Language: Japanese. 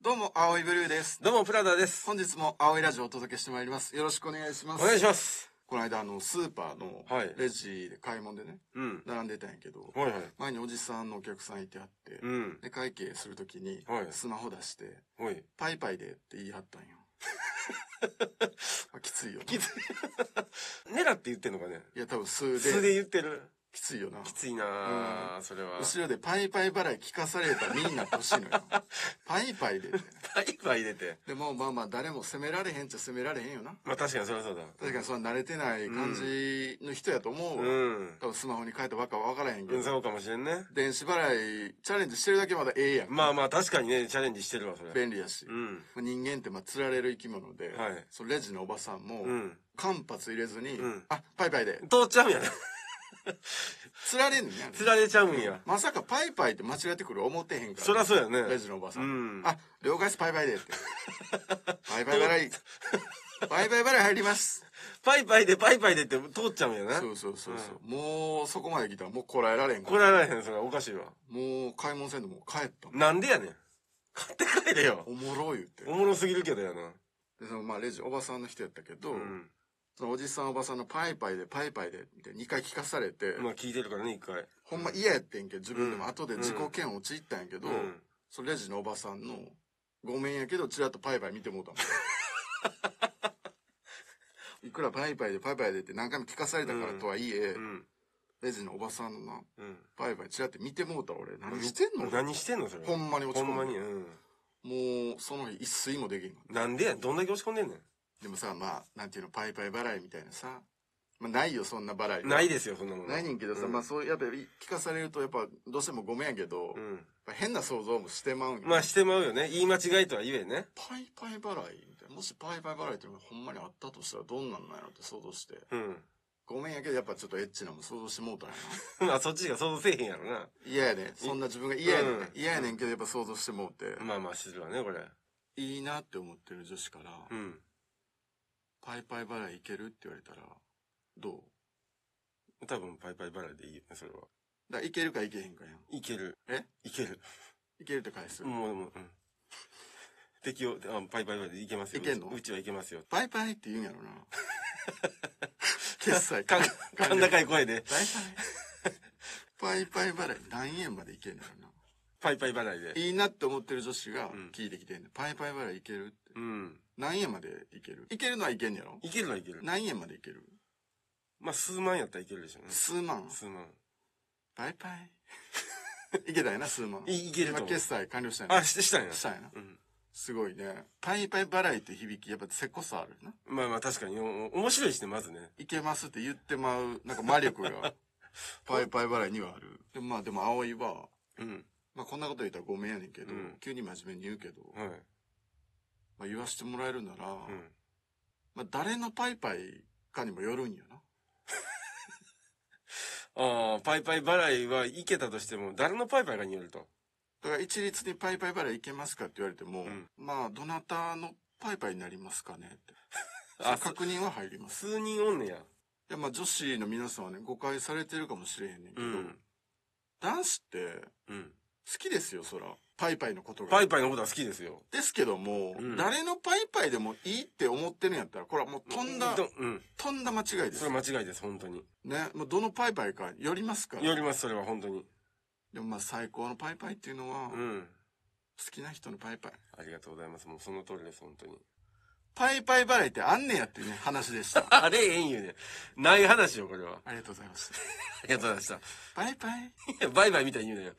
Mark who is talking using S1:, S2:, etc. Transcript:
S1: どうも、青いブルーです。
S2: どうも、プラダです。
S1: 本日も青いラジオをお届けしてまいります。よろしくお願いしま
S2: お
S1: す。
S2: 願いします。
S1: この間、あの、スーパーの
S2: はい
S1: レジで買い物でね、
S2: うん。
S1: 並んでたんやけど、
S2: はいはい。
S1: 前におじさんのお客さんいてあって、
S2: うん。
S1: で、会計するときに
S2: はい、
S1: スマホ出して、
S2: おい。
S1: パイパイでって言い張っ たんよ。あきついよな。
S2: きつい。狙って言ってんのかね
S1: いや、多分数
S2: 素
S1: で、
S2: で言ってる。
S1: きついよな。
S2: きついなあそれは。
S1: 後ろでパイパイ払い聞かされたみんな欲しいのよ。 パイパイでって。
S2: パイパイ出て。
S1: でも、まあまあ、誰も責められへんっちゃ責められへんよな。
S2: まあ確かにそりゃそうだ。
S1: 確かにそれは慣れてない感じの人やと思うわ、
S2: うん。
S1: 多分スマホに変えたばっかは分からへんけ
S2: う
S1: ど、
S2: ん、そうかもしれんね。
S1: 電子払いチャレンジしてるだけまだええやん、
S2: まあまあ確かにね、チャレンジしてるわ、それ。
S1: 便利やし、
S2: うん。
S1: 人間ってまあ釣られる生き物で、
S2: はい
S1: そのレジのおばさんも、
S2: うん。
S1: 間髪入れずに、
S2: うん
S1: あパイパイで
S2: 通っちゃうんやね。
S1: 釣られんねんや
S2: 釣られちゃうんや。
S1: まさかパイパイって間違ってくる思ってへんから
S2: そりゃそうやね
S1: レ。ジのおばさ、
S2: うんん。
S1: あ了解ですパイパイでって パイパイ払いパイパイ払い入ります
S2: パイパイでパイパイでって通っちゃうんやな。
S1: そうそうそうそう、もうそこまで来たらもうこらえられんか
S2: こ
S1: ら
S2: らえられへん、それはおかしいわ。
S1: もう買い物せんでもう帰ったもん
S2: なんでやねん。買って帰れよ。
S1: おもろい言って
S2: おもろすぎるけどやな。
S1: でそのまあレジおばさんの人やったけど、
S2: うん。
S1: そのおじさんおばさんのパイパイでパイパイでみたいな2回聞かされて、
S2: まあ聞いてるからね、一回。
S1: ほんま嫌やってんけど自分で
S2: う
S1: も
S2: ん
S1: 後で自己嫌悪陥ったんやけど、
S2: うん
S1: そのレジのおばさんの「ごめんやけどちらっとパイパイ見てもう たもんいくらパイパイでパイパイでって何回も聞かされたからとはいえ、
S2: うん。
S1: レジのおばさんのな
S2: うん。
S1: パイパイちらって見てもうた俺何してんの
S2: 何してんのそれ。
S1: ほんまに落ち込
S2: ほん
S1: む
S2: まに。うん。
S1: もうその日一睡もできんかった
S2: なんでやどんだけ落ち込んでんね
S1: でもさ、まあ、なんていうの、パイパイ払いみたいなさ、まあ、ないよ、そんな払い
S2: ん。
S1: は。
S2: ないですよ、そんなもの。
S1: ないねんけどさ、
S2: うん
S1: まあ、そう、やっぱり聞かされると、やっぱ、どうしてもごめんやけど、や
S2: う
S1: っ
S2: ん。
S1: ぱ変な想像もしてまうんよ
S2: まあしてまうよね。言い間違いとは言えね。
S1: パイパイ払いみたいな。もしパイパイ払いっていうのがほんまにあったとしたらどんなんなんやろって想像して。
S2: うん。
S1: ごめんやけど、やっぱちょっとエッチなもん想像してもうたんやな。
S2: まあそっちが想像せえへんやろな。
S1: 嫌やねん。そんな自分が嫌やねん
S2: うん。
S1: 嫌、やねんけど、やっぱ想像してもうて、
S2: まあまあするわね、これ。
S1: いいなって思ってる女子から、
S2: うん。
S1: パイパイ払いいけるって言われたら、どう
S2: 多分パイパイ払いでいいよね、それは。
S1: だからいけるかいけへんかやん。
S2: いける。
S1: え
S2: いける。
S1: いけるって返す。
S2: もう、もう、うん。適用、あパイパイ払いでいけますよ。
S1: いけんの
S2: うちうちはいけますよ。
S1: バイバイって言うんやろ な。決済。
S2: かん、
S1: か
S2: 甲高い声で、
S1: バイバイ。バイバイ払い何円までいけんのやろな。
S2: パイパイ払いで。
S1: いいなって思ってる女子が
S2: うん
S1: 聞いてきてんね、バイバイ払いいけるって。
S2: うん。
S1: 何円までいけるいけるのはいけんやろ
S2: いけるはいける。
S1: 何円までいける
S2: まあ数万やったらいけるでしょうね。
S1: 数万。
S2: 数万。
S1: バイバ イ。いけたんやな、数万。
S2: いいけると
S1: 今
S2: 思う
S1: 決済完了したんや
S2: あ、ししたんや
S1: な。。したんやな。
S2: うん。
S1: すごいね。パイパイ払いって響き、やっぱせっこさあるな。
S2: まあまあ確かに、お面白いしね、まずね。
S1: いけますって言ってまう、なんか魔力 が、パイパイ払いにはある。でもまあでも葵は、
S2: うん。
S1: まあこんなこと言ったらごめんやねんけど、
S2: うん
S1: 急に真面目に言うけど、
S2: はい。
S1: まあ、言わしてもらえるなら、
S2: うん。
S1: まあ誰のパイパイかにもよるんやな。
S2: ああ、パイパイ払いはいけたとしても、誰のパイパイがによると。
S1: だから一律にパイパイ払いいけますかって言われても、
S2: うん
S1: まあどなたのパイパイになりますかねって。
S2: あ、そ
S1: 確認は入ります。
S2: 数人おんねや。
S1: でまあ女子の皆さんはね、誤解されてるかもしれへんねんけ
S2: う
S1: ど、
S2: ん。
S1: 男子って
S2: うん。
S1: 好きですよ、そら。パイパイのことが。
S2: パイパイのことは好きですよ。
S1: ですけども、
S2: うん
S1: 誰のパイパイでもいいって思ってるんやったら、これはもうとんだ、
S2: どうん。
S1: とんだ間違いで
S2: そ
S1: す
S2: れ。は間違いです、本当に。
S1: ね。もうどのパイパイかよりますから。
S2: よります、それは本当に。
S1: でもまあ最高のパイパイっていうのは、
S2: う
S1: 好
S2: ん。
S1: きな人のパイパイ。
S2: ありがとうございます。もうその通りです、本当に。
S1: パイパイ払いってあんねやっていうね、話でした。
S2: あれ、ええんよね。ない話よ、これは。
S1: ありがとうございます。
S2: ありがとうございま
S1: パイパイ
S2: した。バイバイみたいに言うなよ。